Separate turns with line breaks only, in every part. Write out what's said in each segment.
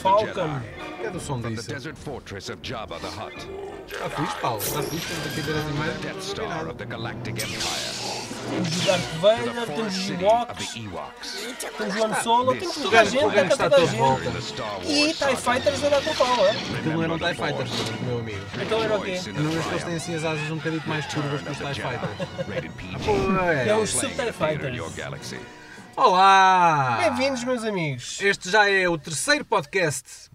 Falcon.
Cadê o É som
From the
disso?
desert fortress of Jabba the Hutt,
Está fixe, Paulo. Está fixe. Estamos aqui a ver as imagens.
Death Star of the Galactic Empire,
Temos o Darth
to the
Vader,
forest
temos os
city of the
Ewoks,
Ewoks.
temos o Han Solo, temos toda a
gajo- o
gente a
gajo
cantar
está
toda a
todo bom.
gente.
In the Star Wars
E TIE
saga,
Fighters a dar com pau, é?
Aquilo não eram TIE Fighters, meu amigo.
Então era o quê?
rejoice in the
Não é que eles
triumph
têm assim as asas um bocadinho mais curvas que os TIE
of the Jedi.
Fighters.
Rated PG.
É
Ué.
os
Playing
Super
at the theater in your
Fighters.
galaxy.
Olá!
Bem-vindos, meus amigos.
Este já é o terceiro podcast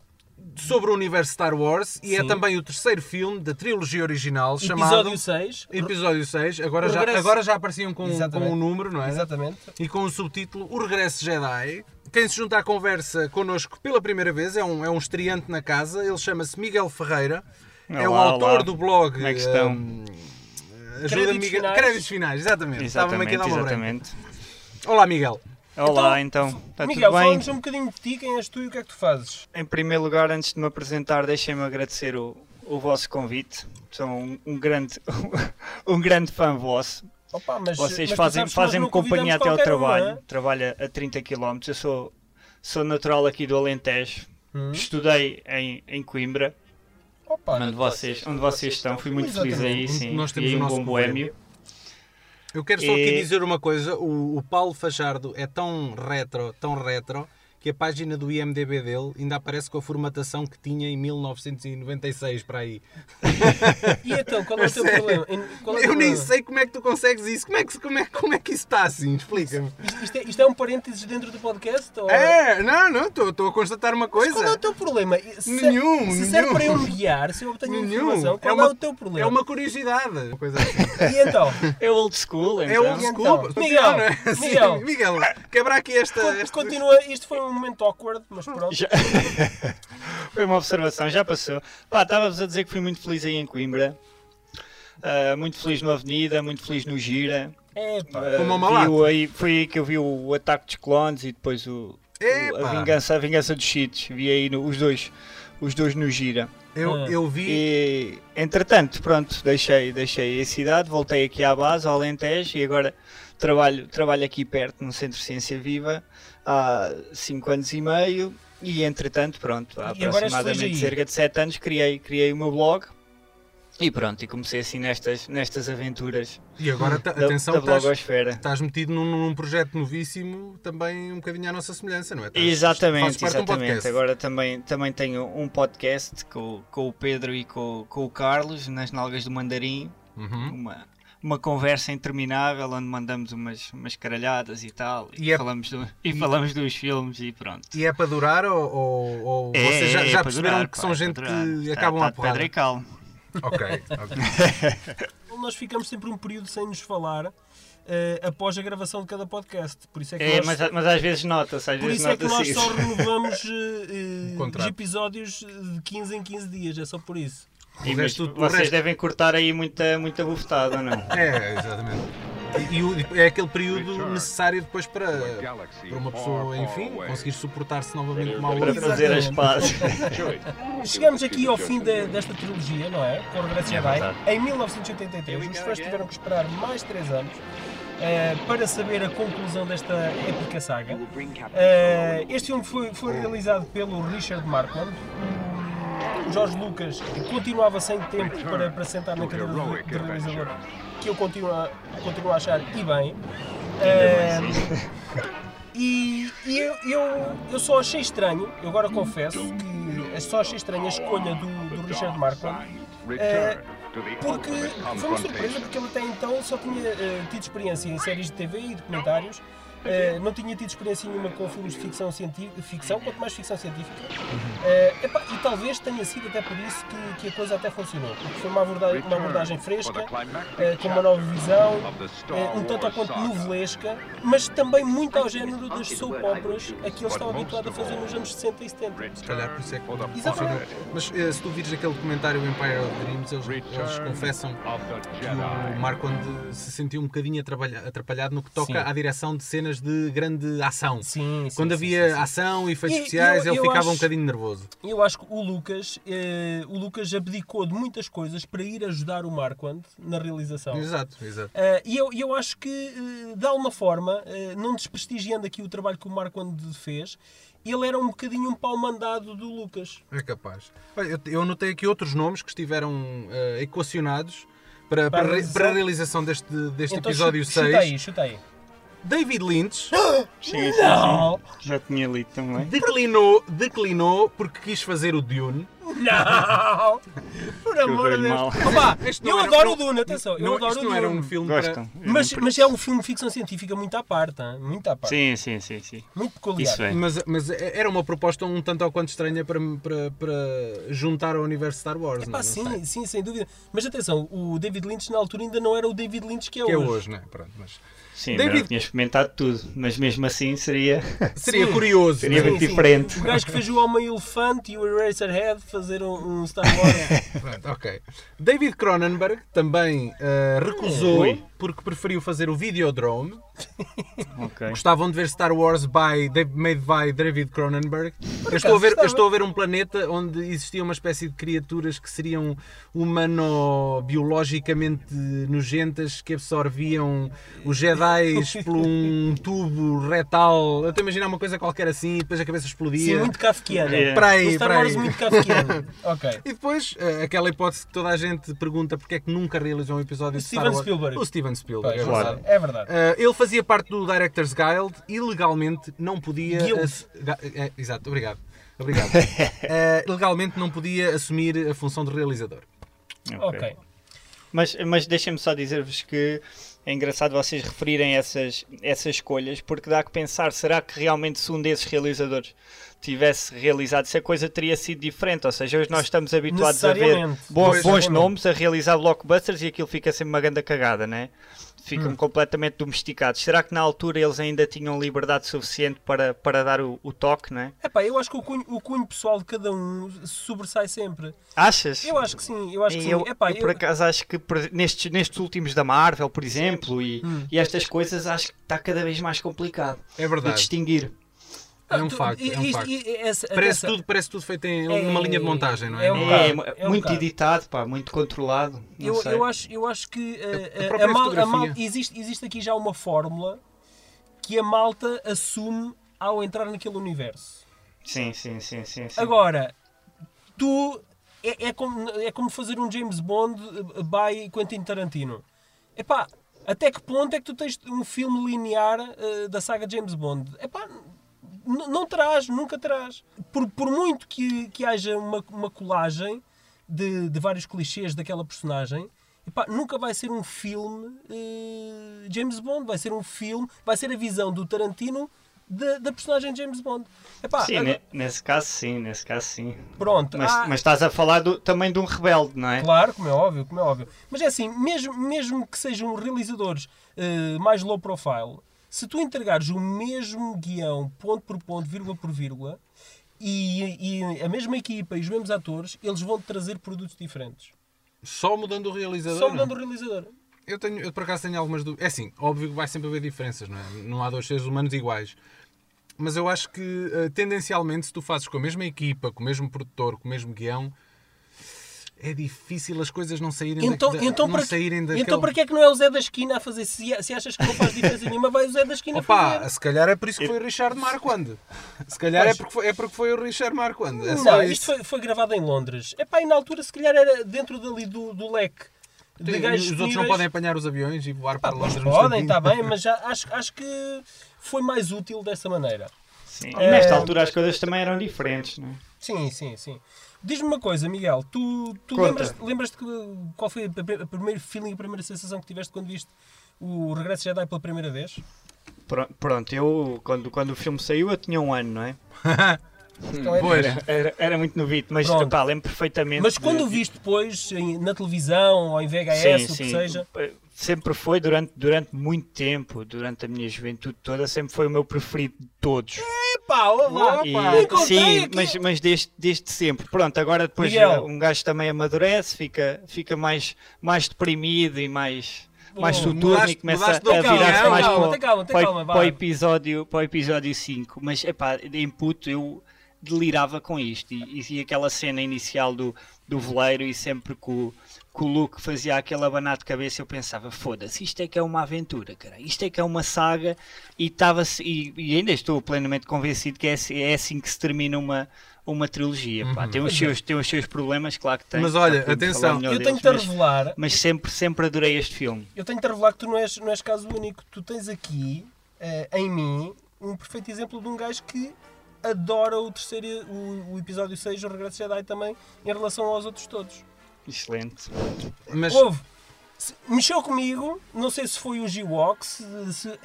sobre o universo Star Wars e é
Sim.
também o terceiro filme da trilogia original chamado
Episódio 6.
Episódio 6. Agora já,
Regresso.
agora já apareciam com, com
Exatamente.
um número, não é?
Exatamente.
E com o subtítulo O Regresso Jedi. Quem se junta à conversa connosco pela primeira vez é um, é um estreante na casa, ele chama-se Miguel Ferreira, é o
Olá,
autor
olá.
do blog.
Como é que estão?
hum, Ajuda
Créditos
Miguel-
finais.
Créditos finais, exatamente. Estava-me aqui a
Exatamente,
dar uma branca.
exatamente.
Olá, Miguel.
Olá, então, está
Miguel,
tudo bem?
fala-nos um bocadinho de ti, quem és tu e o que é que tu fazes?
Em primeiro lugar, antes de me apresentar, deixem-me agradecer o, o vosso convite. Sou um, um grande, um grande fã vosso.
Opa, mas,
Vocês
mas tu
fazem-
sabes que nós
fazem-me
não
companhia
convidamos
até ao
qualquer
trabalho.
um, não
Trabalho a 30 km. Eu sou, sou natural aqui do Alentejo.
Hum.
Estudei em, em Coimbra,
é? Opa,
onde vocês, onde vocês estão. Fui muito feliz aí,
Exatamente.
sim.
Nós temos
e
o
um
nosso
bom boémio.
Eu quero só aqui
E-
dizer uma coisa: o, o Paulo Fachardo é tão retro, tão retro, que a página do IMDB dele ainda aparece com a formatação que tinha em 1996 para aí.
E então, qual é o teu problema? Em- qual é o
Eu
problema?
nem sei como é que tu consegues isso. Como é que, como é, como é que isso está assim? Explica-me.
Isto, isto é, isto é um parênteses dentro do podcast? Ou...
É, não, não, estou estou a constatar uma
Mas qual é o
coisa.
teu problema? Se,
Nenhum,
Se serve
nenhum.
para eu me guiar, se eu obtenho
Nenhum.
informação, qual é,
uma-
o teu problema?
É uma curiosidade. Uma coisa assim.
E então?
É old school, então.
É old
então?
school.
Miguel,
Não é? Sim,
Miguel.
Miguel, quebra aqui esta.
con-
esta-
Continua, isto foi um momento awkward, mas pronto.
Já- Foi uma observação, já passou. Pá, estava-vos a dizer que fui muito feliz aí em Coimbra. Ah, muito feliz no Avenida, muito feliz no Gira.
É, pá.
Ah,
Como ao Malato.
vi o aí, foi aí que eu vi o ataque dos clones e depois o, o-
Epá.
a, vingança, a vingança dos cheats. Vi aí no- os dois. Os dois no gira.
Eu,
Ah.
eu vi.
E entretanto, pronto, deixei, deixei a cidade, voltei aqui à base, ao Alentejo, e agora trabalho, trabalho aqui perto no Centro de Ciência Viva há 5 anos e meio. E entretanto, pronto, há
E agora és feliz aí?
aproximadamente cerca de 7 anos criei, criei o meu blog. E pronto, e comecei assim nestas, nestas aventuras
E agora, ta-
da,
atenção,
da
estás-
blogosfera.
Estás metido num, num projeto novíssimo, também um bocadinho à nossa semelhança, não é? Estás- fazes
Exatamente,
parte de um
exatamente.
podcast.
Agora também, também tenho um podcast com, o- com o Pedro e com, o- com o Carlos, nas Nalgas do Mandarim.
Uhum.
uma, uma conversa interminável onde mandamos umas, umas caralhadas e tal e,
E é-
falamos, do- e falamos dos filmes e pronto.
E é para durar ou, ou, ou
É,
vocês já,
é
já
para
perceberam
durar,
que
pá,
são
é
gente
para durar.
que
Está-
acabam
está
à
de pedra
porrada?
e cal.
Ok, ok.
nós ficamos sempre um período sem nos falar eh, após a gravação de cada podcast. Por isso é que
É,
nós,
mas, mas às vezes nota-se, às
por
vezes
isso é que nós
nota-se isso.
só renovamos eh, eh,
Contrato.
os episódios de 15 em 15 dias, é só por isso.
E,
O
mas
resto- o
vocês
resto-
devem cortar aí muita, muita bufetada, ou não?
É, exatamente. E, e o- é aquele período necessário depois para, para uma pessoa, enfim, conseguir suportar-se novamente mal
Para fazer as pazes.
Chegamos aqui ao fim de- desta trilogia, não é? Com o Regresso Jedi, em 1983. Os fãs tiveram que esperar mais 3 anos eh, para saber a conclusão desta épica saga. Eh, este filme foi, foi realizado pelo Richard Markman. O Jorge Lucas continuava sem tempo para, para sentar na cadeira de, de realizador, que eu continuo a, continuo a achar, e bem. Eh, e, e eu, eu, eu só achei estranho, eu agora confesso, que só achei estranha a escolha do, do Richard Markman, eh, porque foi uma surpresa, porque ele até então só tinha eh, tido experiência em séries de TV e documentários, eh, não tinha tido experiência nenhuma com filmes de ficção científica, ficção, quanto mais ficção científica, Eh, epá, e talvez tenha sido até por isso que, que a coisa até funcionou, porque foi uma abordagem, uma abordagem fresca, eh, com uma nova visão, eh, um tanto ao ponto novelesca, mas também muito ao género das soap operas a que eles estão habituados a fazer nos anos 60 e 70.
Se calhar por isso é que
Exatamente.
funcionou. Mas eh, se tu vires aquele documentário Empire of Dreams, eles, eles confessam que o Marco se sentiu um bocadinho atrapalha- atrapalhado no que toca
Sim.
à direção de cenas cenas de grande ação.
Sim, sim,
Quando
sim,
havia
sim, sim.
ação e efeitos
E-
especiais,
eu-
ele
eu
ficava um
acho-
bocadinho nervoso.
Eu acho que o Lucas, eh, o Lucas abdicou de muitas coisas para ir ajudar o Marquand na realização.
Exato, exato.
Eh, e eu, e eu acho que, eh, de alguma forma, eh, não desprestigiando aqui o trabalho que o Marquand fez, ele era um bocadinho um pau mandado do Lucas.
É capaz. Olha, Eu, eu notei aqui outros nomes que estiveram eh, equacionados para, para,
Para
re-
realizar-
para a realização deste, deste
Então,
episódio
chu- chuta
6.
aí, chuta aí.
David Lynch
Cheguei
Não!
Já tinha lido também.
declinou, declinou porque quis fazer o Dune.
Não! Por amor de Deus!
velho mal.
Opa,
Este não
eu
era-
adoro
não-
o Dune, atenção, eu
não,
adoro o
isto não
Dune.
era um filme
Gostam.
para...
Eu
Mas,
não-
mas é um filme de ficção científica muito à parte, hein? muito à parte.
Sim, sim, sim, sim.
Muito peculiar.
Isso é.
Mas, mas era uma proposta um tanto ou quanto estranha para, para, para juntar ao universo Star Wars, não,
Pá,
não sei.
sim, sim, sem dúvida. Mas atenção, o David Lynch na altura ainda não era o David Lynch que é
Que é
hoje.
hoje, não é? Pronto, mas...
Sim,
David-
eu tinha experimentado tudo, mas mesmo assim seria.
Seria curioso.
Seria
não é?
muito diferente.
O gajo que fez o Homem-Elefante e o Eraserhead fazer um, um Star Wars.
Pronto, ok. David Cronenberg também eh, recusou
Ui.
porque preferiu fazer o Videodrome.
ok.
Gostavam de ver Star Wars by, Dave- made by David Cronenberg. Eu estou, a ver, eu
gostava.
estou a ver um planeta onde existia uma espécie de criaturas que seriam humano-biologicamente nojentas que absorviam os Jedi por um tubo retal. Eu estou a imaginar uma coisa qualquer assim e depois a cabeça
sim,
explodia.
muito kafkiano.
Yeah.
Para aí,
um Star
para
Wars
aí.
muito kafkiano. Ok.
E depois, eh, aquela hipótese que toda a gente pergunta porque é que nunca realizou um episódio
O
de Star
Steven
Wars.
Spielberg.
O Steven Spielberg,
Pois,
é
Claro.
verdade.
É verdade.
Eh, ele fazia parte do Director's Guild e legalmente não podia.
Guild.
ass- ga- eh, exato, obrigado. Obrigado. Eh, legalmente não podia assumir a função de realizador.
Ok.
Mas, mas deixem-me só dizer-vos que é engraçado vocês referirem essas, essas escolhas, porque dá que pensar, será que realmente se um desses realizadores tivesse realizado, se a coisa teria sido diferente, ou seja, hoje nós estamos habituados a ver
Necessariamente.
bons, bons
Necessariamente.
nomes a realizar blockbusters e aquilo fica sempre uma grande cagada, né?
Hum.
Ficam completamente domesticados. Será que na altura eles ainda tinham liberdade suficiente para, para dar o, o toque, né?
Epá, eu acho que o cunho, o cunho pessoal de cada um sobressai sempre.
Achas?
Eu acho que sim, eu acho que sim.
Eu,
Epá,
eu, por
eu-
acaso acho que por- nestes, nestes últimos da Marvel, por exemplo, e,
Hum.
e estas coisas, acho que está cada vez mais complicado
É
de
verdade.
distinguir.
É um facto.
Ah, E-
É um
isto-
facto.
e- e- essa-
Parece
essa-
tudo, parece tudo feito em
É-
uma linha de montagem, não é?
é um
Não-
bocado.
É,
é um
mu- muito
bocado.
editado, pá, muito controlado. Não
Eu,
sei.
eu, acho, eu acho que eh,
A- a
eh,
própria
a mal- a mal-
fotografia.
existe, existe aqui já uma fórmula que a malta assume ao entrar naquele universo.
Sim, sim, sim, sim. sim.
Agora, tu é, é, como, é como fazer um James Bond eh, by Quentin Tarantino. Epá, até que ponto é que tu tens um filme linear eh, da saga James Bond? Epá, n- não terás, nunca terás. Por, por muito que, que haja uma, uma colagem de, de vários clichês daquela personagem, epá, nunca vai ser um filme eh, James Bond, vai ser um filme, vai ser a visão do Tarantino da, da personagem James Bond. Epá,
sim,
agora-
ne- nesse caso sim, nesse caso sim.
Pronto,
Mas,
há-
mas estás a falar do- também de um rebelde, não é?
claro, como é óbvio, como é óbvio. Mas é assim, mesmo, mesmo que sejam realizadores eh, mais low profile, se tu entregares o mesmo guião, ponto por ponto, vírgula por vírgula, e, e a mesma equipa e os mesmos atores, eles vão te trazer produtos diferentes.
Só mudando o realizador.
Só
não é?
mudando o realizador.
Eu, tenho, eu por acaso tenho algumas dúvidas. É assim, óbvio que vai sempre haver diferenças, não é? Não há dois seres humanos iguais. Mas eu acho que eh, tendencialmente, se tu fazes com a mesma equipa, com o mesmo produtor, com o mesmo guião, é difícil as coisas não saírem
Então,
da, da-
então,
não
para, que-
saírem daquele...
então para que é que não é o Zé da Esquina a fazer? Se, se achas que não faz diferença nenhuma, vai o Zé da Esquina
Opa,
fazer.
se calhar é por isso que foi o Richard Marquand. Se calhar é porque foi, é porque foi o Richard Marquand. É só
Não,
isso.
isto foi, foi gravado em Londres. Epá, e na altura se calhar era dentro dali do, do leque. De
Sim,
gajos
Os outros não
disponíveis.
podem apanhar os aviões e voar para
Mas
Londres. num
podem,
instantinho.
está bem, mas já acho, acho que foi mais útil dessa maneira.
Sim.
É-
Nesta altura as coisas também eram diferentes, não é?
Sim, sim, sim. Diz-me uma coisa, Miguel, tu, tu
Conta.
lembras, lembras-te que, qual foi a pri- o primeiro feeling, a primeira sensação que tiveste quando viste o Regresso de Jedi pela primeira vez?
Pro- Pronto, eu quando, quando o filme saiu eu tinha um ano, não é? Hum,
Então era
Pois.
isso.
Era, era muito novito, mas
Pronto.
pá, lembro perfeitamente.
Mas
de-
quando o
de-
viste depois em- na televisão ou em VHS, o que seja,
Eh, Sempre foi durante, durante muito tempo, durante a minha juventude toda, sempre foi o meu preferido de todos.
epá, olá,
E-
É, opa, encontrei
sim,
aqui-
mas, mas desde, desde sempre. Pronto, agora depois
Miguel.
eh, um gajo também amadurece, fica, fica mais, mais deprimido e mais mais
Bom,
soturno e
mudaste-
começa a
mudaste de opinião.
virar-se mais
Calma,
para, o-
tem calma, tem
para o-
calma, vá.
para o episódio, para o episódio 5. Mas, epá, em puto eu delirava com isto. E, e aquela cena inicial do, do veleiro e sempre que o, que o Luke fazia aquele abanado de cabeça eu pensava, foda-se, isto é que é uma aventura, cara. Isto é que é uma saga e, tava e, e ainda estou plenamente convencido que é, assim- é assim que se termina uma... Uma trilogia, pá. Tem, os seus, tem os seus problemas, claro que tem. Tá
Mas olha,
Pá, podemos
atenção,
falar melhor
eu
deles,
tenho-te a
mas-
revelar,
mas sempre, sempre adorei este filme.
eu tenho-te a revelar que tu não és, não és caso único. Tu tens aqui, eh, em mim, um perfeito exemplo de um gajo que adora o terceiro, o, o episódio 6, o Regresso de Jedi também, em relação aos outros todos.
Excelente.
Mas
Houve. Se- Mexeu comigo, não sei se foi o G-Walk, se, se-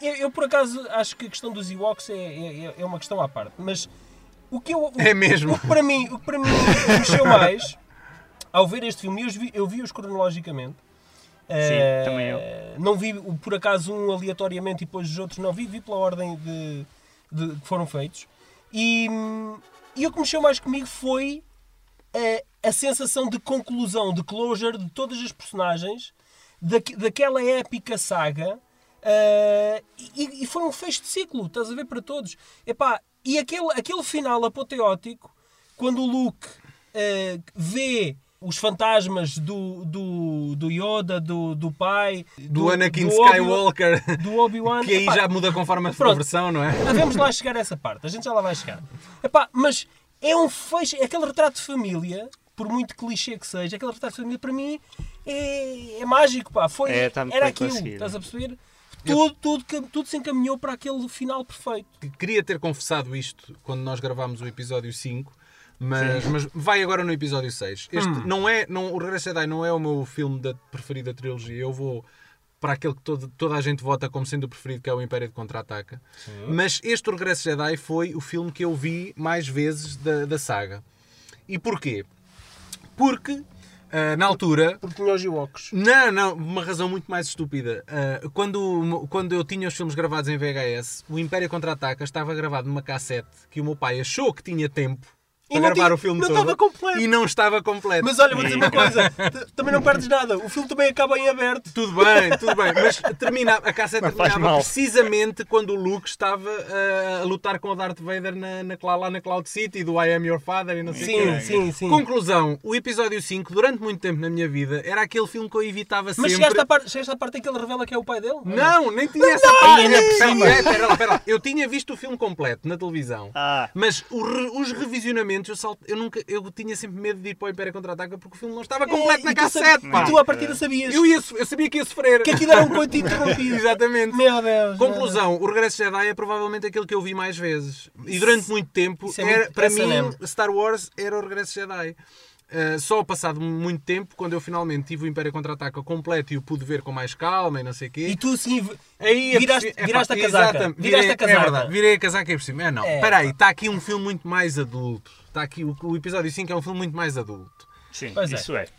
eu, eu, por acaso acho que a questão dos Ewoks é, é, é uma questão à parte, mas o que eu. o-
É mesmo.
O que para mim, o que para mim mexeu mais ao ver este filme, e eu os vi- eu vi-os cronologicamente. eh,
também eu.
Não vi o- por acaso um aleatoriamente e depois os outros não vi, vi pela ordem de, de- que foram feitos. E, hum, e o que mexeu mais comigo foi é a, a sensação de conclusão, de closure de todas as personagens, daque- daquela épica saga, ah, e, e foi um fecho de ciclo, estás a ver para todos. Epá, e aquele, aquele final apoteótico, quando o Luke ah, vê os fantasmas do, do, do Yoda, do, do pai,
do Anakin
do Obi-Wan-
Skywalker,
do Obi-Wan,
que aí
epá,
já muda conforme a
Pronto.
versão, não é?
Vamos lá chegar a essa parte, a gente já lá vai chegar. Epá, mas é um fecho, é aquele retrato de família, por muito clichê que seja, aquele retrato de família para mim é, é mágico, pá. Foi,
É, tá muito
era
bem
aquilo,
conseguido.
estás a perceber? Tudo, tudo, que- tudo se encaminhou para aquele final perfeito.
que queria ter confessado isto quando nós gravámos o episódio 5, mas, mas vai agora no episódio 6. Este
Hum.
não é, não, o Regresso Jedi não é o meu filme da, preferido da trilogia. Eu vou para aquele que todo- toda a gente vota como sendo o preferido, que é o Império de Contra-Ataca. Mas este o Regresso Jedi foi o filme que eu vi mais vezes da, da saga. E porquê? Porque, ah, na altura,
Porque tinha os Ewoks.
não, não, uma razão muito mais estúpida. Ah, quando, quando eu tinha os filmes gravados em VHS, o Império Contra-Ataca estava gravado numa cassete que o meu pai achou que tinha tempo
E
para
não
gravar
tinha-
o filme
não
todo
estava completo.
e não estava completo.
Mas olha, vou dizer uma coisa, t- também não perdes nada, o filme também acaba em aberto.
Tudo bem, tudo bem. Mas termina, a cassete
Não faz
terminava
mal.
precisamente quando o Luke estava ah, a lutar com o Darth Vader na, na, cla- lá na Cloud City do I Am Your Father e não
É
sei o quê.
Sim, sim, sim.
Conclusão, o episódio 5, durante muito tempo na minha vida, era aquele filme que eu evitava
Mas
sempre.
chegaste à, parte, chegaste à parte em que ele revela que é o pai dele?
Não, nem tinha essa parte. Ainda por cima. É, pera lá, pera lá. Eu tinha visto o filme completo na televisão.
Ah.
Mas o re- os revisionamentos, eu, salto, eu, nunca, eu tinha sempre medo de ir para o Império Contra-Ataca porque o filme não estava completo
É, E
na
tu sab-
cassete, pá.
E tu à partida sabias
Eu, ia, so- eu sabia que ia sofrer.
que aquilo era um coito interrompido.
Exatamente.
Meu Deus.
Conclusão, o Regresso de Jedi é provavelmente aquele que eu vi mais vezes. E durante muito tempo,
Isso é
era-
muito-
para
essa
mim,
lembro.
Star Wars era o Regresso de Jedi. Uh, só passado muito tempo, quando eu finalmente tive o Império Contra-Ataca completo e o pude ver com mais calma e não sei o quê.
E tu assim
Aí é
Viraste-
preciso-
viraste a
pá,
casaca.
exatamente.
Viraste a casaca.
É verdade, virei a casaca aí por cima. É não,
É,
espera aí, está aqui um filme muito mais adulto. Está aqui, o, o episódio 5 é um filme muito mais adulto.
Sim,
Pois é.
isso é. Isso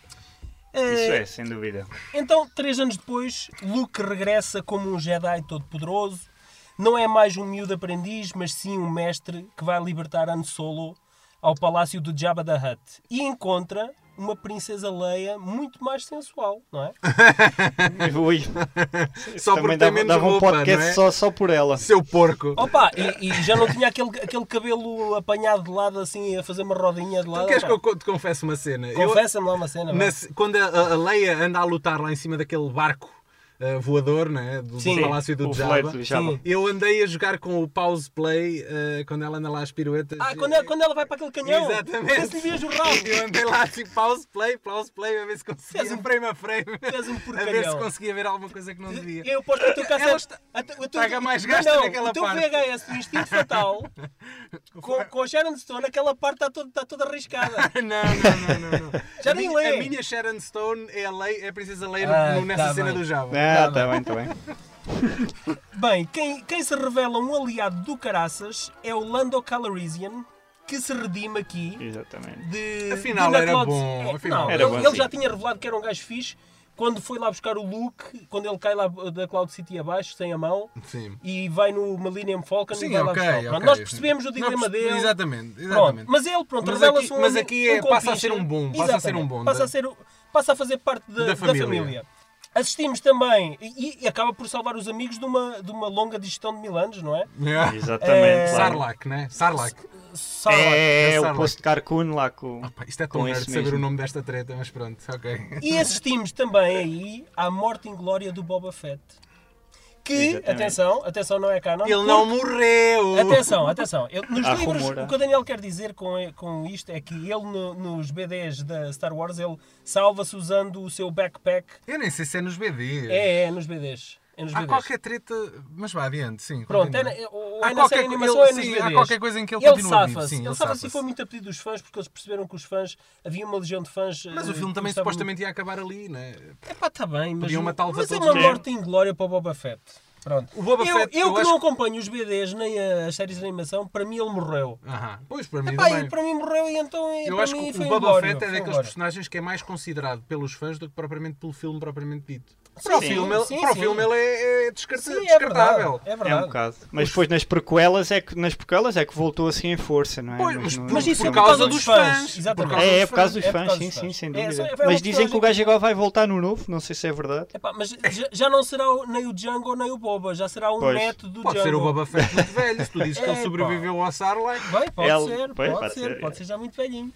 Eh,
é, sem dúvida.
Então, três anos depois, Luke regressa como um Jedi todo-poderoso. Não é mais um miúdo aprendiz, mas sim um mestre que vai libertar Han Solo ao palácio do Jabba da Hutt. E encontra uma princesa Leia muito mais sensual, não é?
Ui,
Só porque tem
também dava,
menos
dava um
roupa,
podcast
não é?
só, só por ela.
Seu porco.
Opa, e, e já não tinha aquele, aquele cabelo apanhado de lado assim, a fazer uma rodinha de lado.
Queres que
opa.
eu co- te confesse uma cena? Eu-
Confessa-me lá uma cena. vá.
na ce- quando a, a Leia anda a lutar lá em cima daquele barco uh, voador, não é? Do,
Sim.
do Palácio do
o
Jabba.
veleiro do Jabba.
Sim.
Eu andei a jogar com o pause play uh, quando ela anda lá às piruetas.
Ah, quando ela, quando ela vai para aquele canhão.
Exatamente.
Se lhe vias o rabo.
Eu andei lá assim, pause play, pause play, a ver se conseguia.
És um-
frame a frame.
és um
a ver se
porcalhão.
conseguia ver alguma coisa que não devia.
Eu aposto que o teu cassete.
Ela está- está mais gasta
não,
naquela
o teu
parte.
VHS do Instinto Fatal, com, com a Sharon Stone, aquela parte está toda, está toda arriscada.
Não, não, não, não. não.
Já
a,
nem
minha,
lê.
a minha Sharon Stone é a, lei, é a Princesa Leia
Ah,
no- nessa
tá
cena
bem.
do Java.
Ah, tá bem, tá bem.
Bem, quem, quem se revela um aliado do Caraças é o Lando Calrissian, que se redime aqui.
Exatamente.
De,
Afinal,
de
era
Naclodes.
bom,
É,
afinal.
não,
Era
ele,
bom,
ele
sim.
já tinha revelado que era um gajo fixe quando foi lá buscar o Luke, quando ele cai lá da Cloud City abaixo, sem a mão.
Sim.
e vai no Millennium Falcon e
Sim,
vai lá
ok,
buscar.
ok.
Pronto, Nós percebemos o
Nós
dilema
perce-
dele.
Exatamente,
Pronto,
exatamente.
mas ele, pronto,
Mas
revela-se
aqui-
um
mas aqui é-
um
passa a
compincha.
ser um bom, passa a ser um
Exatamente,
bom
Passa
da-
a ser, o- passa a fazer parte da,
da
da família.
família.
Assistimos também, e, e acaba por salvar os amigos de uma, de uma longa digestão de mil anos, não é?
Yeah.
É,
Exatamente. claro.
Sarlacc, né? Sarlacc.
Sarlacc.
É,
é
é o
Sarlacc.
posto de Carcun lá com.
Opa, isto é tão
com
nerd
esse
saber
mesmo.
o nome desta treta, mas pronto, ok.
E assistimos também aí à morte inglória do Boba Fett. Que,
Exatamente.
atenção, atenção, não é canon.
Ele não morreu!
Atenção, atenção. Ele- nos
Há
livros,
rumor,
o que o Daniel quer dizer com, com isto é que ele, no- nos BDs da Star Wars, ele salva-se usando o seu backpack.
Eu nem sei se é nos BDs.
É, é, nos BDs. É nos
Há
BDs.
qualquer treta, mas vá adiante, sim.
Pronto, é,
continua.
na- é- ou
Há
é na
qualquer
série
co-
animação,
ele-
é nos
sim, há
BDs.
qualquer coisa em que ele
ele
continua vivo,
safa-se.
sim,
Ele
ele
safa-se e
safa-se.
foi muito a pedido dos fãs, porque eles perceberam que os fãs... Havia uma legião de fãs...
Mas
eh,
o filme também
que gostavam-
supostamente ia acabar ali, né?
Epá, está bem, mas,
Podiam matá-los a
mas é
todos
uma
os
morte inglória para o Boba Fett. Pronto.
O Boba
eu,
Fett,
eu
eu
que
acho
não acompanho os BDs nem as séries de animação, para mim ele morreu.
Aham. Pois, para mim
Epá,
também.
e para mim morreu e então e
Eu
para
acho
mim
que
foi
o Boba
inglório,
Fett é
foi
daqueles
inglório.
personagens que é mais considerado pelos fãs do que propriamente pelo filme propriamente dito.
Sim,
Para o
sim,
filme, ele-
sim,
para o
sim.
filme ele é, é descarta-
Sim, é
descartável.
verdade. É
É um
verdade.
bocado. Mas depois nas prequelas é que, nas prequelas é que voltou assim em força, não é?
Pois, mas-
no-
mas isso
no
é
filme-
por causa
Por
dos
causa dos
fãs.
fãs.
Exatamente.
Por causa
É, é por causa dos
É por
fãs,
causa
sim,
dos
sim,
fãs.
sem
É,
dúvida.
só- é uma
mas dizem que o
personagem-
gajo agora vai voltar no novo, não sei se é verdade.
Epá, mas já, já não será o- nem o Django nem o Boba, já será um
Pois.
neto do
Pode
Django.
ser o Boba Fett muito velho, se tu dizes que
É,
ele
pá.
sobreviveu ao Sarlacc.
Bem, pode
Ele-
ser,
pois,
pode
pode
ser,
ser,
pode
é.
ser já muito velhinho.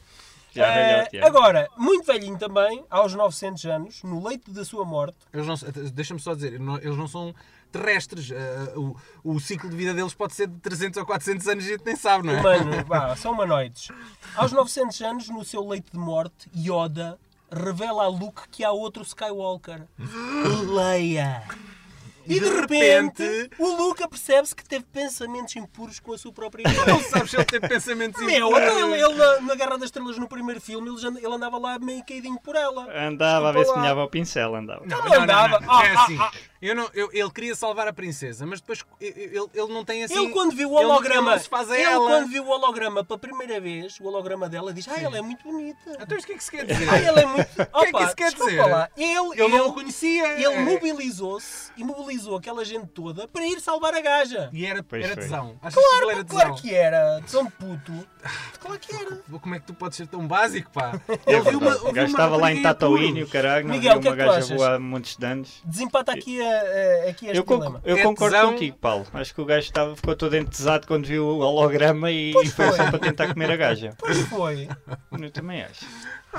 Já é
Eh,
velhote, já.
Agora, muito velhinho também, aos 900 anos, no leito da sua morte,
Eles não, deixa-me só dizer, não- eles não são terrestres. Ah, o, o ciclo de vida deles pode ser de 300 ou 400 anos e a gente nem sabe, não é?
Humano, vá, são humanoides. Aos 900 anos, no seu leito de morte, Yoda revela a Luke que há outro Skywalker. Leia! E de
De
repente,
repente,
o Luke apercebe-se que teve pensamentos impuros com a sua própria
Não
irmã.
sabes se ele tem pensamentos
Meu,
impuros.
então ele, ele na, na Guerra das Estrelas, no primeiro filme, ele, já- ele andava lá meio caidinho por ela.
Ah,
Andava a ver se
Desculpa lá.
molhava o pincel, andava.
Não, não andava. Ah,
É
ah,
assim.
ah.
Eu não, eu- ele queria salvar a princesa, mas depois eu- eu- ele, ele não tem assim.
Ele quando viu o
ele- ele
holograma,
não se faz a
ele
ela.
quando viu o holograma pela primeira vez, o holograma dela diz, ah, ela é muito bonita.
Então, mas o que é que se quer dizer?
Ah, ele é muito...
O que é
Opa,
que isso quer
desculpa
dizer?
lá. Ele,
Eu não
ele-
o conhecia.
Ele
É.
mobilizou-se e mobilizou aquela gente toda para ir salvar a gaja.
E era,
Pois
era
foi.
tesão. Achas que ele
Claro,
era
pá, claro
tesão?
que é. era. São puto. Claro que era.
Como é que tu podes ser tão básico, pá?
É
viu uma-
verdade.
viu
o gajo
uma
estava lá em
rapariga puros.
Tatooine, o caralho, não
Miguel,
viu
o que é
uma
que tu
gaja
achas?
voar muitos danos.
Desempata aqui, a, a- aqui este
Eu, conc-
dilema.
eu
É
concordo
tesão.
contigo, Paulo. Acho que o gajo estava, ficou todo entesado quando viu o holograma e,
Pois
e foi
foi.
só para tentar comer a gaja.
Pois foi.
Eu também acho.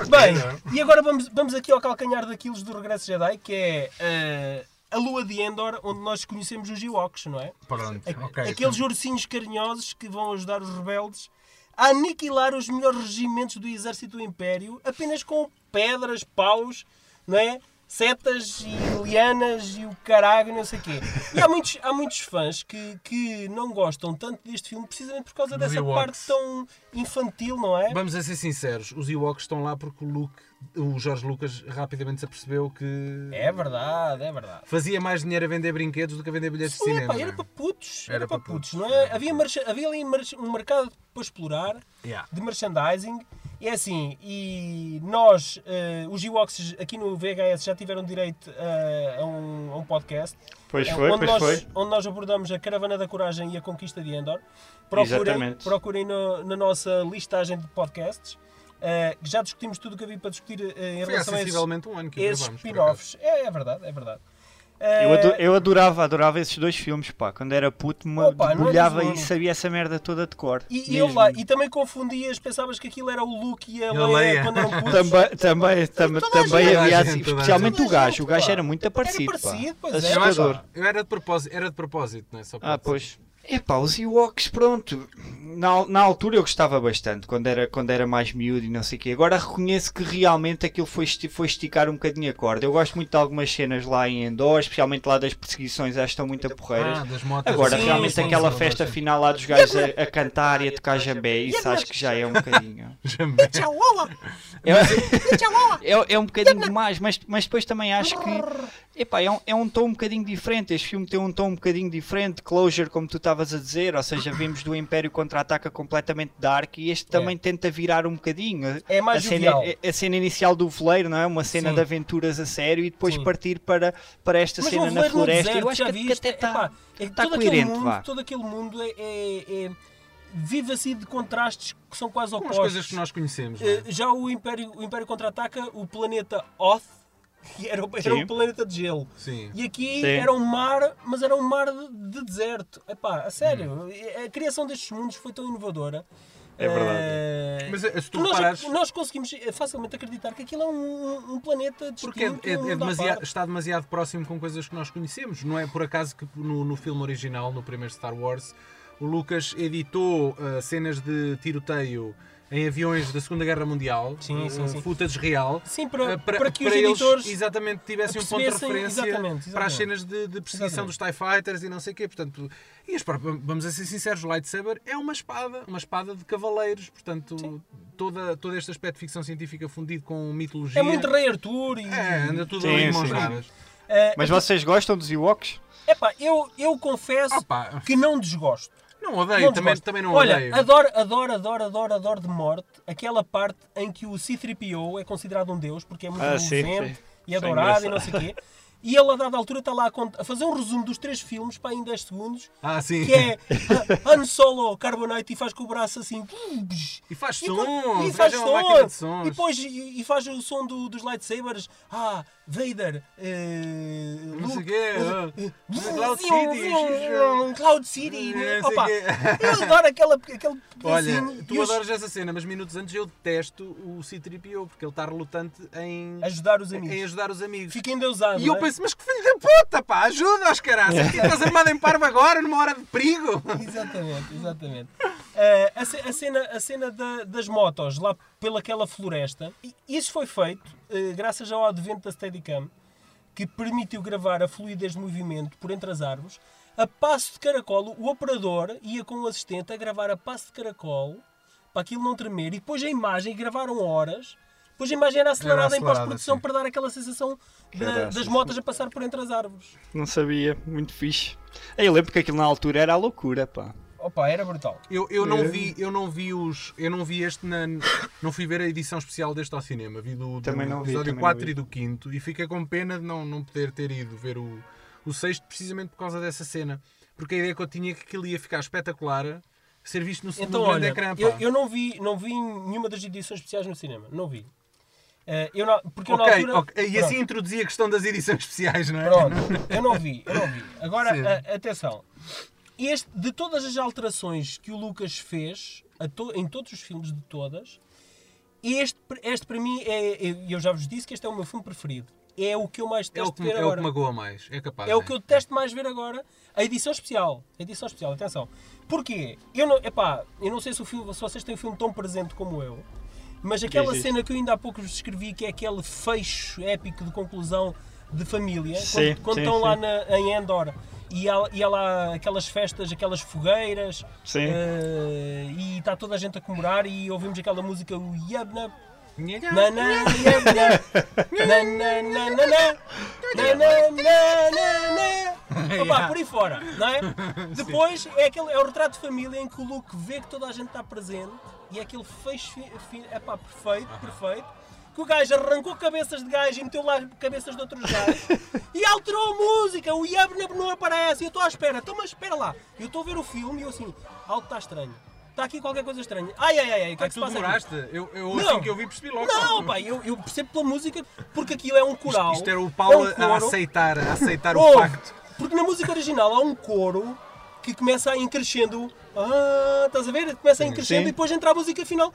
Bem, e agora vamos, vamos aqui ao calcanhar daqueles do Regresso Jedi, que é eh, a lua de Endor, onde nós conhecemos os Ewoks, não é?
Pronto, ok.
Aqueles ursinhos carinhosos que vão ajudar os rebeldes a aniquilar os melhores regimentos do exército do Império apenas com pedras, paus, não é? setas e lianas e o caralho, não sei o quê. E há muitos, há muitos fãs que, que não gostam tanto deste filme precisamente por causa
Dos
dessa
Ewoks.
parte tão infantil, não é?
Vamos a ser sinceros, os Ewoks estão lá porque o Luke, o Jorge Lucas rapidamente se apercebeu que
É verdade, é verdade.
fazia mais dinheiro a vender brinquedos do que a vender bilhetes de
Sim,
cinema. é?
epá, é era para putos, era,
Era
para
para
putos,
putos,
não
era
é?
para
Havia, marcha- havia ali marcha- um mercado para explorar
Yeah.
de merchandising. E é assim, e nós, eh, os Ewoks aqui no VHS já tiveram direito eh, a, um, a um podcast.
Pois
eh,
foi,
onde,
pois
nós,
foi.
onde nós abordamos a Caravana da Coragem e a Conquista de Endor. Procurem,
Exatamente.
procurem no- na nossa listagem de podcasts. eh, que já discutimos tudo o que havia para discutir eh, em
Foi há
relação a esses,
sensivelmente um ano que
esses
gravamos, por
spin-offs. É, é verdade, é verdade.
Eu,
Eh,
ado- eu adorava, adorava esses dois filmes, pá. Quando era puto, me
Opa, não és o
debulhava e
único.
sabia essa merda toda de cor.
E, e
Mesmo.
eu lá, e também confundias, pensavas que aquilo era o Luke e a
E
Leia,
a Leia.
quando eram putos.
Também, também, também,
toda a
também
gente.
havia,
Toda a
assim,
gente, toda a
especialmente
gente.
o gajo. O
Toda a gente,
gajo
pá.
era muito aparecido.
Era parecido,
pá.
pois é.
Eu, acho-
Assustador.
eu era de propósito, era de propósito, não é? Só
Ah,
para-
pois. Epá, os Ewoks, pronto. Na, al- na altura eu gostava bastante, quando era, quando era mais miúdo e não sei o quê. Agora reconheço que realmente aquilo foi, esti- foi esticar um bocadinho a corda. Eu gosto muito de algumas cenas lá em Endor, especialmente lá das perseguições, acho que estão muito aporreiras.
Ah, das motas.
Agora,
Sim,
realmente,
sim,
aquela
sim.
festa final lá dos gajos a, a cantar e a tocar jambé, isso acho que já é um bocadinho.
Jamais.
É, é, é um bocadinho demais, mas, mas depois também acho que epá, é, um, é um tom um bocadinho diferente. Este filme tem um tom um bocadinho diferente. Closure, como tu estavas a dizer, ou seja, vimos do Império contra-ataca completamente dark e este também tenta virar um bocadinho.
É mais
a cena,
jovial.
a- a cena inicial do veleiro, não é? Uma cena
Sim.
de aventuras a sério e depois
Sim.
partir para, para esta
Mas
cena
um
na
veleiro no
floresta.
deserto,
Eu acho
já
que, que
viste?
até está
Epá, é que
tá
todo
coerente,
aquele mundo,
vá.
Todo aquele mundo é, é- é- vive assim de contrastes que são quase
Com as
opostos.
coisas que nós conhecemos, não é?
Eh, Já o Império, o Império Contra-Ataca, o planeta Oth, E era, era
Sim.
um planeta de gelo.
Sim.
E aqui
Sim.
era um mar, mas era um mar de, de deserto. Epá, a sério,
Hum.
a criação destes mundos foi tão inovadora.
É verdade.
Eh,
Mas eh, se tu
que nós,
reparares,
nós conseguimos é, facilmente acreditar que aquilo é um, um planeta distinto.
porque é, é- é
um mundo à
demasiado-
parte.
está demasiado próximo com coisas que nós conhecemos. Não é por acaso que no, no filme original, no primeiro Star Wars, o Lucas editou ah, cenas de tiroteio em aviões da Segunda Guerra Mundial,
Sim, sim,
ah,
sim.
footage real,
Sim, para,
ah,
para, que os
para eles,
editores.
exatamente tivessem um ponto de
percebessem-
referência
exatamente,
para as
exatamente.
cenas de, de perseguição
Exatamente.
dos TIE Fighters e não sei o quê. Portanto, e as próprias- vamos a ser sinceros, o lightsaber é uma espada, uma espada de cavaleiros. Portanto, toda, todo este aspecto de ficção científica fundido com mitologia...
É muito Rei Arthur e.
É, anda tudo
Sim,
ali em mãos
sim.
dadas.
Eh,
Mas vocês gostam dos Ewoks?
epá, eu, eu confesso
Opa,
que não desgosto.
não odeio,
Não
também,
desgosto.
também não
Olha,
odeio.
adoro, adoro, adoro, adoro, adoro de morte aquela parte em que o C-3PO é considerado um deus porque é muito
Ah, sim,
inteligente
sim.
e
Isso é
adorado e não sei o quê. E ele, a dada altura, está lá a, cont- a fazer um resumo dos três filmes para em 10 segundos.
Ah, sim.
Que é ah, Han Solo Carbonite e faz com o braço assim.
E faz
E co-
sons,
e faz
veja é uma máquina
sons,
de sons.
e depois e, e faz o som do- dos lightsabers. Ah, Vader, eh,
Não sei
Luke,
quê, ah,
eh, eh,
Cloud
ziu,
City,
ziu, Cloud City, né?
não sei
opa,
quê.
eu adoro aquela, aquele
Olha,
pedacinho e
tu
os-
adoras essa cena, mas minutos antes eu detesto o C-3PO, porque ele está relutante em,
ajudar os
em
amigos.
ajudar os amigos.
Fica endeusado.
É E eu
não é?
penso, mas que filho da puta, pá, ajuda os caras, estás armado em parvo agora, numa hora de perigo.
Exatamente, exatamente. Eh, a, ce- a cena, a cena da- das motos lá pelaquela floresta, e isso foi feito eh, graças ao advento da Steadicam, que permitiu gravar a fluidez de movimento por entre as árvores. A passo de caracol, o operador ia com o assistente a gravar a passo de caracol para aquilo não tremer. E depois a imagem, e gravaram horas. Depois a imagem era acelerada, em
acelerada,
pós-produção
sim.
para dar aquela sensação da-
Caraças.
das motas a passar por entre as árvores.
Não sabia, muito fixe. Eu lembro que aquilo na altura era a loucura, pá.
Opa, era brutal.
Eu, eu
É.
não vi, eu não vi os, eu não vi este na, não fui ver a edição especial deste ao cinema, vi do, do
Também não vi,
episódio
também não
4
vi.
e do 5 e fiquei com pena de não, não poder ter ido ver o, o 6 precisamente por causa dessa cena, porque a ideia que eu tinha é que aquilo ia ficar espetacular, ser visto no,
Então,
no
olha,
grande ecrã, pá.
eu, eu não vi, não vi nenhuma das edições especiais no cinema, não vi. Eh, eu não, porque eu
Ok,
na altura,
ok, e assim introduzia a questão das edições especiais, não é?
pronto, pronto, eu não vi, eu não vi.
Sim.
Agora, a- atenção. Este, de todas as alterações que o Lucas fez, a to- em todos os filmes de todas, este, este para mim é, é- eu já vos disse que este é o meu filme preferido. É o que eu mais
É o
testo
que,
ver
é o
agora.
que magoa mais, é capaz.
É o
né?
que eu detesto mais ver agora. A edição especial. A edição especial, atenção. Porquê? Eu não, epá, eu não sei se, o filme, se vocês têm um filme tão presente como eu, mas aquela
Diz isso.
cena que eu ainda há pouco vos descrevi, que é aquele fecho épico de conclusão de família,
Sim,
quando, quando
sim,
estão lá
sim.
na- em Endor e há, e há lá aquelas festas, aquelas fogueiras,
Sim.
eh, e está toda a gente a comemorar e ouvimos aquela música, o Yabnap,
Nhanhã.
na, na, na, na, na, na, na, na, na. Na, na, na, na, na. Opa, por aí fora, não é? Depois é, aquele, é o retrato de família em que o Luke vê que toda a gente está presente e é aquele fecho fi, fi- epá, perfeito, perfeito, que o gajo arrancou cabeças de gajo e meteu lá cabeças de outros gajos e alterou a música, o Yabnab não aparece, e eu estou à espera, então mas espera lá, eu estou a ver o filme e eu assim, algo está estranho, está aqui qualquer coisa estranha, ai ai ai, ai, o que é
Ah,
que
tu
se passa aqui?
demoraste? Eu, eu
Não.
assim que eu vi percebi logo.
Não, pá, é eu, eu percebo pela música porque aquilo é um coral.
Isto era o
é
Paulo
um
a
coro.
aceitar, a aceitar o
Ouve,
facto.
Porque na música original há um coro que começa a ir crescendo. Ah, estás a ver? Começa a ir crescendo
Sim.
e depois entra a música final.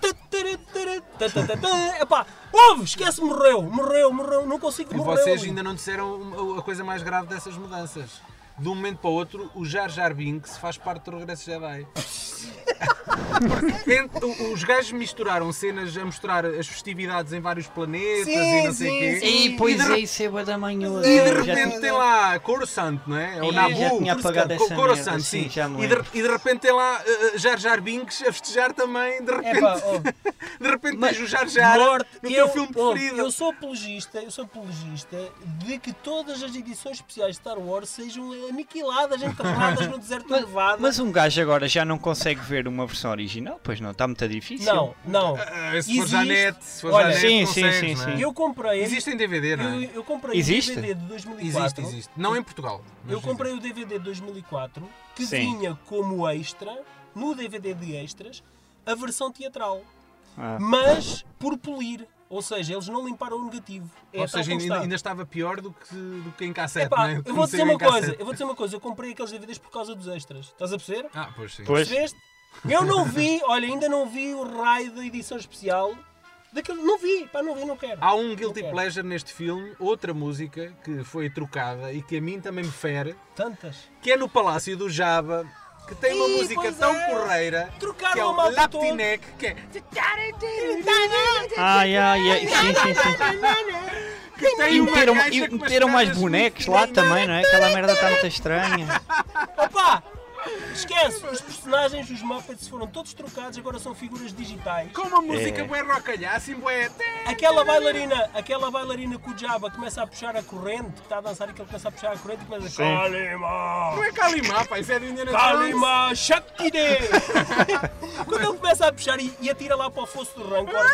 Tá, tará, tará, tá, tá, tá, tá. Epá, ouve, esquece, morreu, morreu, morreu, não consigo,
E
morreu.
vocês ainda não disseram uma- a coisa mais grave dessas mudanças. De um momento para o outro, o Jar Jar Binks faz parte do Regresso Jedi. Porque, de repente, o- os gajos misturaram cenas a mostrar as festividades em vários planetas e
Sim,
não sei
sim,
quê.
sim.
Ei, pois é, isso é bué da manhosa.
E de
Eu já
repente
tinha-
tem lá Coruscant, não é? É o
Ih,
Nabu.
já tinha apagado
Coruscant,
essa
Coruscant,
merda,
sim.
sim, já me
e, de,
lembro.
e de repente tem lá eh, Jar Jar Binks a festejar também. De repente,
Epá, ouve.
de repente
Mas-
tens o Jar Jar
Morte,
no
eu,
teu filme
ouve,
preferido.
eu sou apologista, eu sou apologista de que todas as edições especiais de Star Wars sejam aniquiladas, enterradas no deserto do Nevada.
Mas um gajo agora já não consegue ver uma versão original, pois não, está muito difícil.
Não, não.
Ah, se for
Existe-
Janete, se for
Olha,
Janete,
sim,
consegues,
sim,
não
sim,
é?
sim.
Eu comprei.
Existe em DVD, não
Eu,
é?
eu comprei
Existe?
o DVD de 2004.
Existe, existe. Não em Portugal. mas
Eu comprei
existe.
o DVD de 2004 que
Sim.
vinha como extra, no DVD de extras, a versão teatral.
Ah.
Mas por polir. Ou seja, eles não limparam o negativo. É
Ou
tal
seja,
como
ainda,
está.
ainda estava pior do que, do que em cassete,
Epá,
né?
eu vou
Comecei
dizer uma
em cassete.
coisa, eu vou dizer uma coisa, eu comprei aqueles DVDs por causa dos extras. Estás a perceber?
Ah, pois sim.
Pois.
Percebeste? Eu não vi, olha, ainda não vi o raio da edição especial. Daquele, não vi, pá, não vi, não quero.
Há um guilty
Não quero.
pleasure neste filme, outra música que foi trocada e que a mim também me fere,
Tantas.
que é no Palácio do Java, que tem uma
Ih,
música
pois
tão
é.
correira,
Trocaram
que é
a
o
malta
Laptinec, que é...
Ai, ai, ai, sim, sim, sim.
Que tem
E
um
uma
meteram,
caixa
e
com umas
meteram mais
caras
bonecos
muito
lá também, não é? Aquela merda está muito estranha.
Opa! Esquece, os personagens, os Muppets foram todos trocados, agora são figuras digitais.
Com uma música bué rocalhá, assim bué...
Aquela bailarina, aquela bailarina que o Jabba começa a puxar a corrente, que está a dançar e que ele começa a puxar a corrente e começa a Kalima!
Não é Kalimá, pá, isso é de Indiana Jones.
Kalima Shaktide! Quando ele começa a puxar e, e atira lá para o fosso do rancor,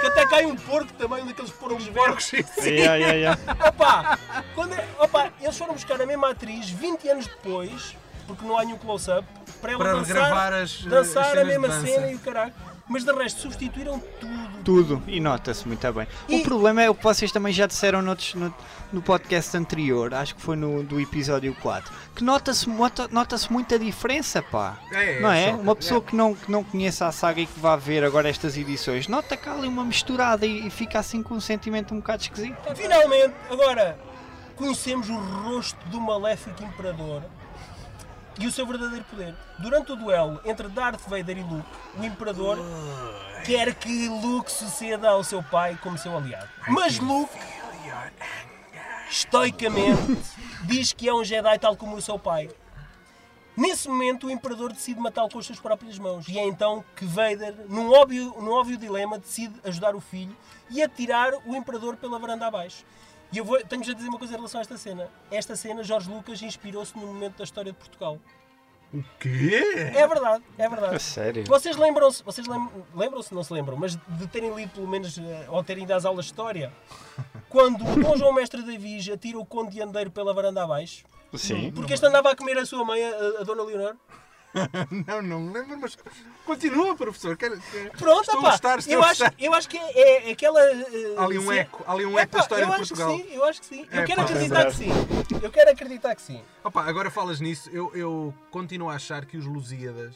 que até cai um porco também, um daqueles porcos verdes.
Yeah, yeah, yeah.
Opa, quando, opa, eles foram buscar a mesma atriz 20 anos depois, porque não há nenhum close-up, para ela
Para
dançar,
regravar as, eh, as
dançar a
cenas de
mesma
dança.
cena e o caralho. Mas de resto substituíram tudo.
Tudo, e nota-se muito bem.
E-
O problema é o que vocês também já disseram noutros- no, no podcast anterior, acho que foi no do episódio 4, que nota-se nota, nota-se muita diferença, pá.
É, é,
não é?
choca,
uma pessoa
é.
que, não, que não conheça a saga e que vá ver agora estas edições, nota cá ali uma misturada e, e fica assim com um sentimento um bocado esquisito.
Finalmente, agora conhecemos o rosto do maléfico imperador e o seu verdadeiro poder. Durante o duelo entre Darth Vader e Luke, o imperador quer que Luke suceda ao seu pai como seu aliado. Mas Luke estoicamente diz que é um Jedi tal como o seu pai. Nesse momento, o Imperador decide matá-lo com as suas próprias mãos. E é então que Vader, num óbvio, num óbvio dilema, decide ajudar o filho e atirar o Imperador pela varanda abaixo. E eu vou, tenho-vos a dizer uma coisa em relação a esta cena. Esta cena, Jorge Lucas inspirou-se num momento da história de Portugal.
O quê?
É verdade, é verdade.
sério?
Vocês lembram-se, vocês lem- lembram-se, não se lembram, mas de terem lido pelo menos, eh, ou terem ido às aulas de História, quando o Dom João Mestre Davis atira o Conde de Andeiro pela varanda abaixo,
Sim.
porque este andava a comer a sua mãe, a, a Dona Leonor.
Não, não me lembro, mas continua, professor. Quero, quero...
Pronto,
estou
pá,
a gostar, estou
eu,
a
acho,
gostar.
eu acho que é, é aquela... eh,
Há ali um
se-
eco, há ali um eco
Epá,
da história
eu
de
acho
Portugal.
Que sim, eu acho que sim. Eu
É,
quero
pá,
acreditar que sim. Eu quero acreditar que sim.
Opa, agora falas nisso, eu, eu continuo a achar que os Lusíadas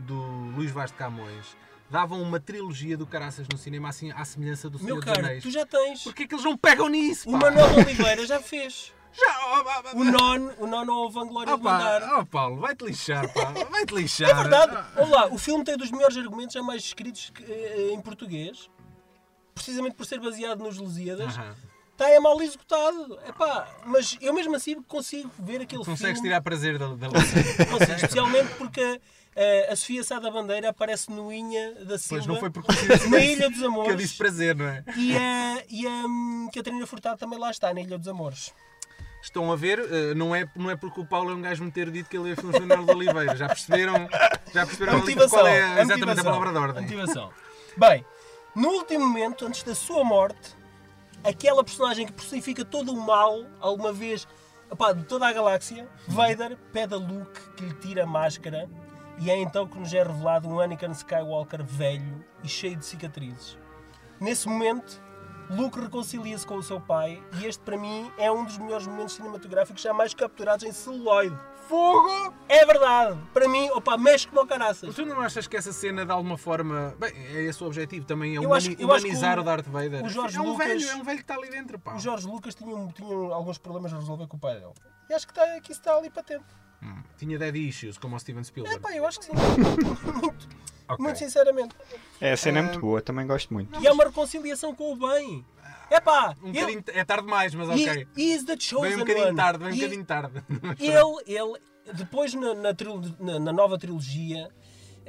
do Luís Vaz de Camões davam uma trilogia do Caraças no cinema assim à semelhança do
Meu
Senhor dos
caro,
Anéis.
tu já tens.
Porquê que eles não pegam nisso?
O
Pá?
Manuel Oliveira já fez.
Já, ó, ó, ó,
O non, o non ao Vanglória
ó,
de Mandar.
Ah, pá, ó, Paulo, vai-te lixar, pá. Vai-te lixar.
É verdade.
ah.
Olha lá, o filme tem dos melhores argumentos já mais escritos que, eh, em português, precisamente por ser baseado nos Lusíadas.
Aham.
Está é mal executado. Epá, mas eu mesmo assim consigo ver aquele
Consegues
filme.
tirar prazer da, da luz.
Consigo, especialmente porque eh, a Sofia Sá da Bandeira aparece no Inha da Silva,
Pois não foi por coincidência
na Ilha dos
que eu
Amores.
disse prazer, não é?
E a, e a hum, Catarina Furtado também lá está, na Ilha dos Amores.
Estão a ver, eh, não é, não é porque o Paulo é um gajo meter dito que ele é filmes de Leonardo de Oliveira. Já perceberam, já perceberam
A
ali
motivação.
qual é
a
exatamente a
motivação,
palavra de
a
ordem.
motivação. Bem, no último momento, antes da sua morte, aquela personagem que personifica todo o mal, alguma vez, opá, de toda a galáxia, Vader pede a Luke que lhe tire a máscara e é então que nos é revelado um Anakin Skywalker velho e cheio de cicatrizes. Nesse momento, Luke reconcilia-se com o seu pai e este, para mim, é um dos melhores momentos cinematográficos jamais capturados em celuloide.
Fogo!
É verdade! Para mim, opa, mexe como o caraças.
Tu não achas que essa cena de alguma forma. Bem, é esse o objetivo também, é
Eu acho-
humani-
eu acho que
humanizar
o-
o Darth Vader.
o Jorge
é um
Lucas-
velho, é um velho que está ali dentro, pá.
O Jorge Lucas tinha, um- tinha alguns problemas a resolver com o pai dele. E acho que, está, que isso está ali patente.
Tinha dead issues, como o Steven Spielberg.
É pá, eu acho que sim. muito, muito sinceramente.
É, a cena é muito boa, também gosto muito.
E é uma reconciliação com o bem. É pá,
Um
ele,
bocadinho- É tarde demais, mas
he,
ok.
he is the chosen
Vem um bocadinho
one.
tarde, vem um
He-
bocadinho tarde.
ele, ele depois na, na trilo- na- na nova trilogia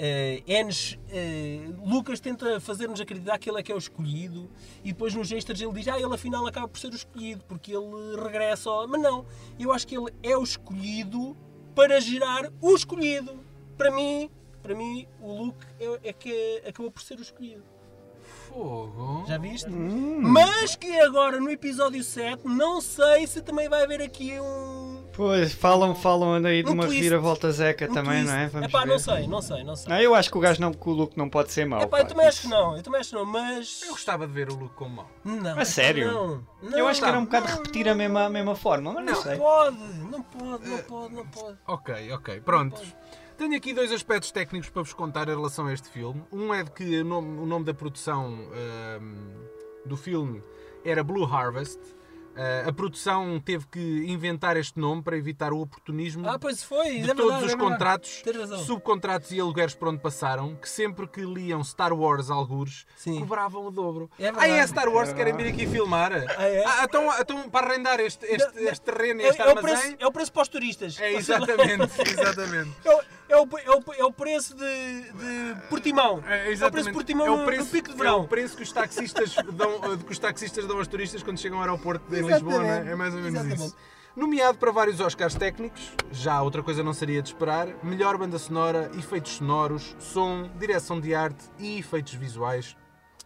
eh, Enes, eh, Lucas tenta fazer-nos acreditar que ele é que é o escolhido e depois nos extras ele diz ah, ele afinal acaba por ser o escolhido porque ele regressa ao... mas não, eu acho que ele é o escolhido para gerar o escolhido para mim, para mim o Luke é, é que acabou por ser o escolhido
Fogo.
já viste? Mas que agora no episódio 7, não sei se também vai haver aqui um,
Pois, falam, falam anda aí de
Um
uma
twist.
reviravolta Zeca
Um
também,
twist.
não é? Vamos
Epá,
ver.
não sei, não sei, não sei.
Não, eu acho que o gajo não, que o Luke não pode ser mau.
Epá,
pá,
eu também acho
isso-
que não, eu também acho que não, mas.
Eu gostava de ver o Luke como mau.
Não.
A sério?
Não, não,
Eu acho que
não.
era um bocado repetir a mesma, a mesma forma, mas não,
Não
sei.
pode, não pode, não pode, não pode.
Ok, ok, pronto. Tenho aqui dois aspectos técnicos para vos contar em relação a este filme. Um é de que o nome, o nome da produção ahm, do filme era Blue Harvest. Ah, a produção teve que inventar este nome para evitar o oportunismo
Ah, pois foi,
de
é
todos
verdade,
os
é verdade.
contratos,
Tens razão.
subcontratos e alugueres por onde passaram, que sempre que liam Star Wars algures,
Sim.
cobravam o dobro.
É
ah, é
verdade.
Star Wars, querem vir aqui filmar?
Ah, é?
Ah, então, então para arrendar este, este,
Não, não.
este terreno,
É,
este
é o
armazém...
preço, é o preço para os turistas.
É, exatamente, exatamente.
É o, é o, é o, é o preço de, de Portimão. É, o
É,
preço de
exatamente.
Portimão
É
no-
o preço,
no pico de
é o
verão.
preço que os taxistas dão, de que os taxistas dão aos turistas quando chegam ao aeroporto de Lisboa, não é? É mais ou menos
Exatamente.
isso. Nomeado para vários Oscars técnicos, já outra coisa não seria de esperar, melhor banda sonora, efeitos sonoros, som, direção de arte e efeitos visuais,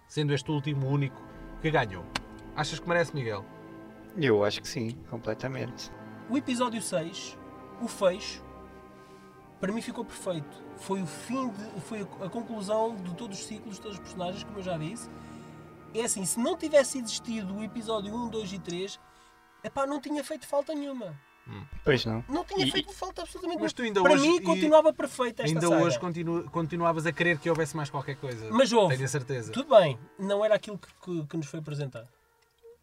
sendo este último o único que ganhou. Achas que merece, Miguel?
Eu acho que sim, completamente.
O episódio 6, o fecho, para mim ficou perfeito. Foi o fim, de, foi a conclusão de todos os ciclos, de todos os personagens, como eu já disse. É assim, se não tivesse existido o episódio 1, 2 e 3, epá, não tinha feito falta nenhuma.
Pois não.
Não tinha
E-
feito falta absolutamente nenhuma.
Mas tu ainda
para
hoje-
mim
e-
continuava perfeita esta
Ainda
saga.
hoje continu- continuavas a querer que houvesse mais qualquer coisa.
Mas houve.
Tenho a certeza.
Tudo bem, não era aquilo que, que- que nos foi apresentado.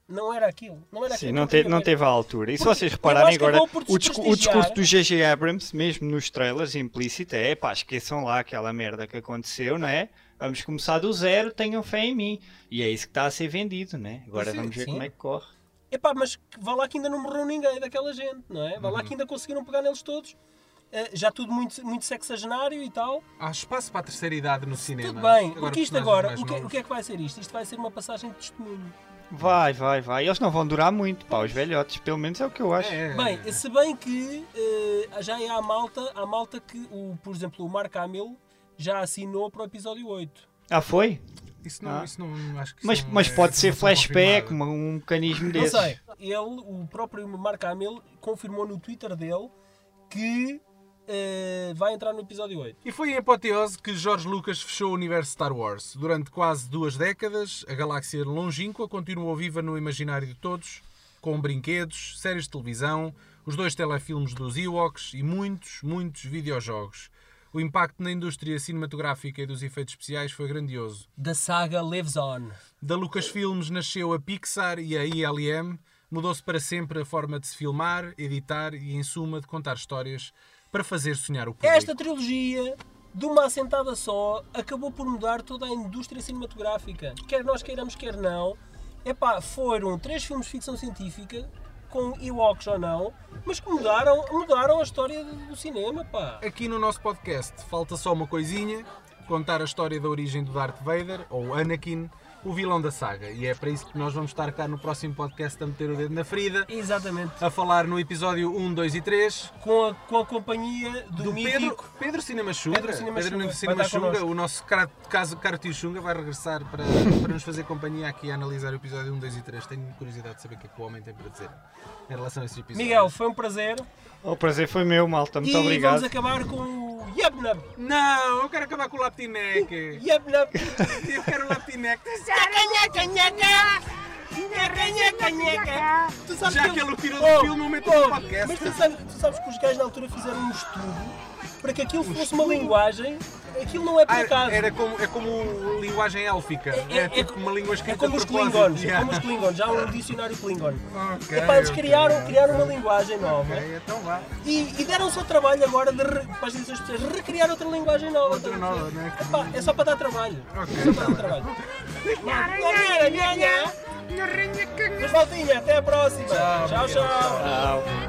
Não era aquilo. Não era
Sim,
aquilo
não,
que eu
te,
queria
não
ver.
teve à altura. E se
Porque
vocês
eu
repararem
acho que
agora,
acabou por
o, discu- o
desprestigiar-
discurso do G.G. Abrams, mesmo nos trailers implícito, é pá, esqueçam lá aquela merda que aconteceu, não é? Vamos começar do zero, tenham fé em mim. E é isso que está a ser vendido, né? Agora
Sim,
vamos ver
sim.
como é que corre.
Epá, mas que- vá lá que ainda não morreu ninguém daquela gente, não é? Vá lá
Uhum.
que ainda conseguiram pegar neles todos. Eh, já tudo muito, muito sexagenário e tal.
Há espaço para a terceira idade no cinema.
Tudo bem,
Agora,
porque isto
personagens
agora,
mais
o que,
novos.
o que é que vai ser isto? Isto vai ser uma passagem de testemunho.
Vai, vai, vai. Eles não vão durar muito, pá, os velhotes, pelo menos é o que eu acho.
É, é,
Bem,
é.
se bem que eh, já é a malta, a malta que, o, por exemplo, o Mark Hamill já assinou para o episódio 8.
Ah, foi?
Isso não,
Ah.
isso não acho que
Mas,
isso não
mas
é
pode ser
informação
flashback,
confirmada.
uma- um mecanismo
Não
desse.
sei. Ele, o próprio Mark Hamill, confirmou no Twitter dele que eh, vai entrar no episódio 8.
E foi em apoteose que George Lucas fechou o universo Star Wars. Durante quase duas décadas, a galáxia longínqua continuou viva no imaginário de todos, com brinquedos, séries de televisão, os dois telefilmes dos Ewoks e muitos, muitos videojogos. O impacto na indústria cinematográfica e dos efeitos especiais foi grandioso.
Da saga Lives On.
Da Lucasfilms nasceu a Pixar e a ILM. Mudou-se para sempre a forma de se filmar, editar e, em suma, de contar histórias para fazer sonhar o público.
Esta trilogia, de uma assentada só, acabou por mudar toda a indústria cinematográfica. Quer nós queiramos, quer não. Epá, foram três filmes de ficção científica, com Ewoks ou não, mas que mudaram, mudaram a história do cinema, pá.
Aqui no nosso podcast falta só uma coisinha: contar a história da origem do Darth Vader, ou Anakin, o vilão da saga. E é para isso que nós vamos estar cá no próximo podcast a meter o dedo na ferida,
Exatamente.
a falar no episódio 1, 2 e 3
Com a, com a companhia do,
do
mítico...
Pedro, Pedro Cinema Xunga.
Pedro Cinema Xunga.
Pedro
Vai
Cinema
estar
Xunga,
connosco.
o nosso caro, caso, caro tio Xunga, vai regressar para, para nos fazer companhia aqui a analisar o episódio 1, 2 e 3. Tenho curiosidade de saber o que é que o homem tem para dizer em relação a esses episódios.
Miguel, foi um prazer.
Oh, O prazer foi meu, malta. Muito
e vamos
obrigado.
acabar com o Yabnab.
Não, eu quero acabar com o Laptinec!
Yabnab.
Eu quero o Laptinec!
Tu sabes Oh,
Já que ele o tirou do filme, eu meto no podcast.
Mas tu sabes, tu sabes que os gajos na altura fizeram um estudo para que aquilo fosse uma linguagem. Aquilo não é por
Um Ah,
acaso.
era como, é como linguagem élfica. É,
É- é-
tipo uma língua
É
escrita
como
de
os
propósito.
Klingons, é
Yeah.
como os Klingons, já há um dicionário Klingon.
Ok,
Epá, eles
ok,
criaram,
ok.
criaram uma linguagem nova
Ok, então vá.
e, e deram-se ao trabalho agora de, re- para as instituições pessoas recriar outra linguagem nova.
Outra
estás a
nova,
perceber?
né?
Epá, é só para dar trabalho.
Ok,
é só para
tá
dar
bem.
trabalho. Mas Valtinha, até a próxima.
Tchau,
tchau.
Miguel,
tchau.
Tchau.